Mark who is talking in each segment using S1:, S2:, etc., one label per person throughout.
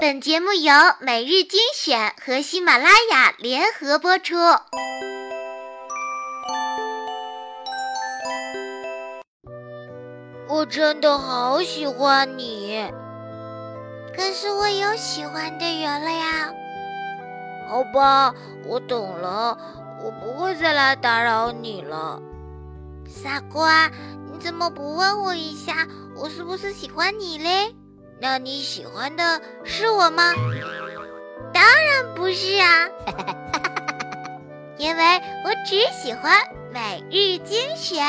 S1: 本节目由每日精选和喜马拉雅联合播出。
S2: 我真的好喜欢你，
S1: 可是我有喜欢的人了呀。
S2: 好吧，我懂了，我不会再来打扰你了。
S1: 傻瓜，你怎么不问我一下，我是不是喜欢你嘞？
S2: 那你喜欢的是我吗？
S1: 当然不是啊， 因为我只喜欢每日精选。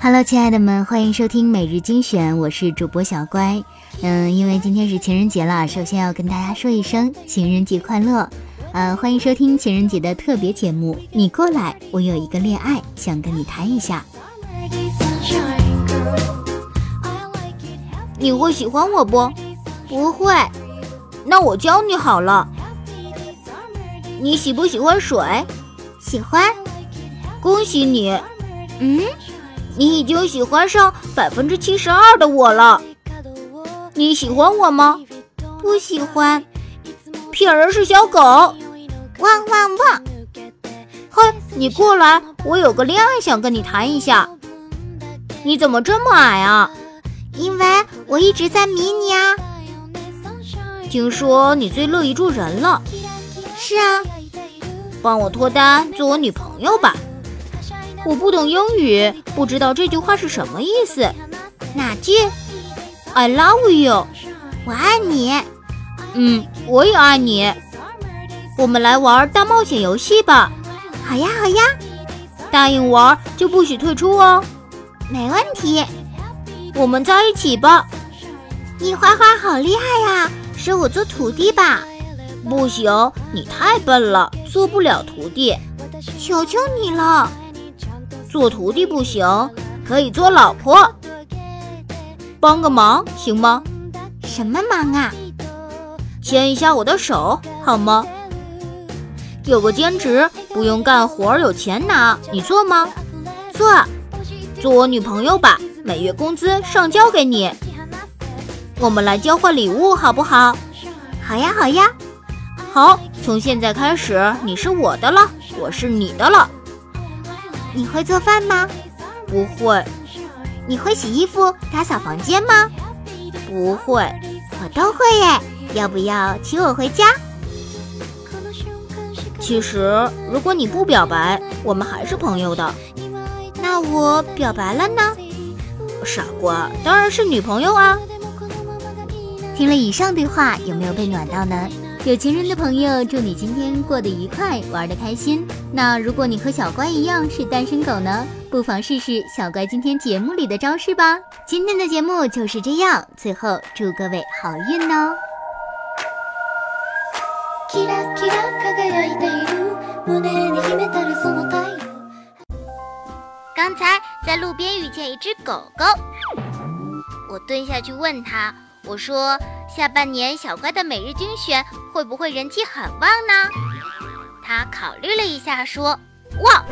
S3: Hello，亲爱的们，欢迎收听每日精选，我是主播小乖。嗯，因为今天是情人节了，首先要跟大家说一声情人节快乐。呃，欢迎收听情人节的特别节目。你过来，我有一个恋爱想跟你谈一下。
S2: 你会喜欢我不？
S1: 不会。
S2: 那我教你好了。你喜不喜欢水？
S1: 喜欢。
S2: 恭喜你，
S1: 嗯，
S2: 你已经喜欢上百分之七十二的我了。你喜欢我吗？
S1: 不喜欢。
S2: 屁儿是小狗。
S1: 汪汪汪！
S2: 嘿，你过来，我有个恋爱想跟你谈一下。你怎么这么矮啊？
S1: 因为我一直在迷你啊。
S2: 听说你最乐意助人了，
S1: 是啊。
S2: 帮我脱单，做我女朋友吧。我不懂英语，不知道这句话是什么意思。
S1: 哪句
S2: ？I love you，
S1: 我爱你。
S2: 嗯，我也爱你。我们来玩大冒险游戏吧。
S1: 好呀，好呀，
S2: 答应玩就不许退出哦。
S1: 没问题。
S2: 我们在一起吧。
S1: 你花花好厉害呀、啊，收我做徒弟吧。
S2: 不行，你太笨了，做不了徒弟。
S1: 求求你了。
S2: 啊做徒弟不行，可以做老婆。帮个忙行吗？
S1: 什么忙啊？
S2: 牵一下我的手好吗？有个兼职，不用干活，有钱拿，啊你做吗？
S1: 做，
S2: 做我女朋友吧，每月工资上交给你。我们来交换礼物好不好？
S1: 好呀，好呀，
S2: 好，从现在开始你是我的了，我是你的了。
S1: 你会做饭吗？
S2: 不会。
S1: 你会洗衣服、打扫房间吗？
S2: 不会。
S1: 我都会耶。要不要娶我回家？
S2: 其实，如果你不表白，我们还是朋友的。
S1: 那我表白了呢？
S2: 傻瓜，当然是女朋友啊！
S3: 听了以上对话，有没有被暖到呢？有情人的朋友，祝你今天过得愉快，玩得开心。那如果你和小乖一样是单身狗呢，不妨试试小乖今天节目里的招式吧。今天的节目就是这样，最后祝各位好运哦！
S4: キラキラ輝いている胸に秘めたるその太陽
S1: 刚才在路边遇见一只狗狗，我蹲下去问他，我说：“下半年小乖的每日精选会不会人气很旺呢？”他考虑了一下，说：“旺。”